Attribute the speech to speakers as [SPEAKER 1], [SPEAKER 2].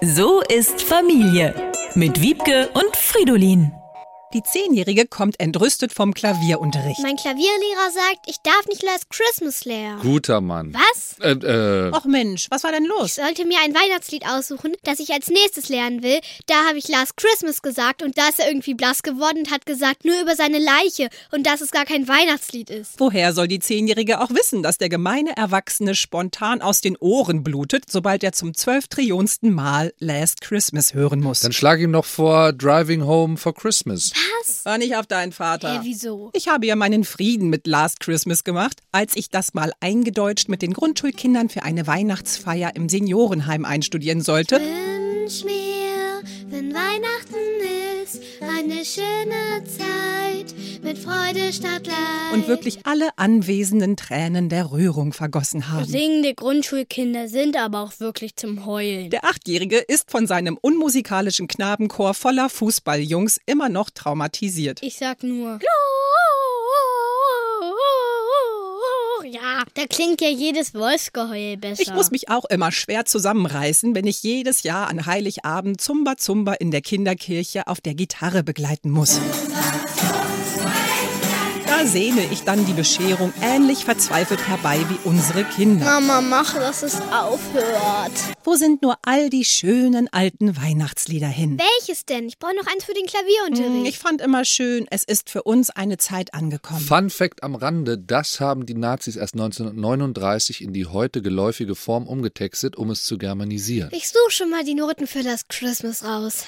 [SPEAKER 1] So ist Familie mit Wiebke und Fridolin.
[SPEAKER 2] Die Zehnjährige kommt entrüstet vom Klavierunterricht.
[SPEAKER 3] Mein Klavierlehrer sagt, ich darf nicht Last Christmas lernen.
[SPEAKER 4] Guter Mann.
[SPEAKER 3] Was?
[SPEAKER 4] Äh, äh,
[SPEAKER 2] Och Mensch, was war denn
[SPEAKER 3] Ich
[SPEAKER 2] los?
[SPEAKER 3] sollte mir ein Weihnachtslied aussuchen, das ich als nächstes lernen will. Da habe ich Last Christmas gesagt und da ist er irgendwie blass geworden und hat gesagt, nur über seine Leiche und dass es gar kein Weihnachtslied ist.
[SPEAKER 2] Woher soll die Zehnjährige auch wissen, dass der gemeine Erwachsene spontan aus den Ohren blutet, sobald er zum zwölftrillionsten Mal Last Christmas hören muss?
[SPEAKER 4] dann schlage ihm noch vor Driving Home for Christmas.
[SPEAKER 2] Hör nicht auf deinen Vater.
[SPEAKER 3] Hä, Äh, wieso?
[SPEAKER 2] Ich habe ja meinen Frieden mit Last Christmas gemacht, als ich das mal eingedeutscht mit den Grundschulkindern für eine Weihnachtsfeier im Seniorenheim einstudieren sollte.
[SPEAKER 3] Wünsch mir, wenn Weihnachten ist, eine schöne Zeit mit Freude statt Leid.
[SPEAKER 2] Und wirklich alle anwesenden Tränen der Rührung vergossen haben.
[SPEAKER 3] Singende Grundschulkinder sind aber auch wirklich zum Heulen.
[SPEAKER 2] Der Achtjährige ist von seinem unmusikalischen Knabenchor voller Fußballjungs immer noch traumatisiert.
[SPEAKER 3] Ich sag nur. Ja, da klingt ja jedes Wolfsgeheul besser.
[SPEAKER 2] Ich muss mich auch immer schwer zusammenreißen, wenn ich jedes Jahr an Heiligabend Zumba Zumba in der Kinderkirche auf der Gitarre begleiten muss. Da sehne ich dann die Bescherung ähnlich verzweifelt herbei wie unsere Kinder.
[SPEAKER 3] Mama, mach, dass es aufhört.
[SPEAKER 2] Wo sind nur all die schönen alten Weihnachtslieder hin?
[SPEAKER 3] Welches denn? Ich brauche noch eins für den Klavierunterricht.
[SPEAKER 2] Ich fand immer schön, es ist für uns eine Zeit angekommen.
[SPEAKER 4] Fun Fact am Rande, das haben die Nazis erst 1939 in die heute geläufige Form umgetextet, um es zu germanisieren.
[SPEAKER 3] Ich suche schon mal die Noten für das Christmas raus.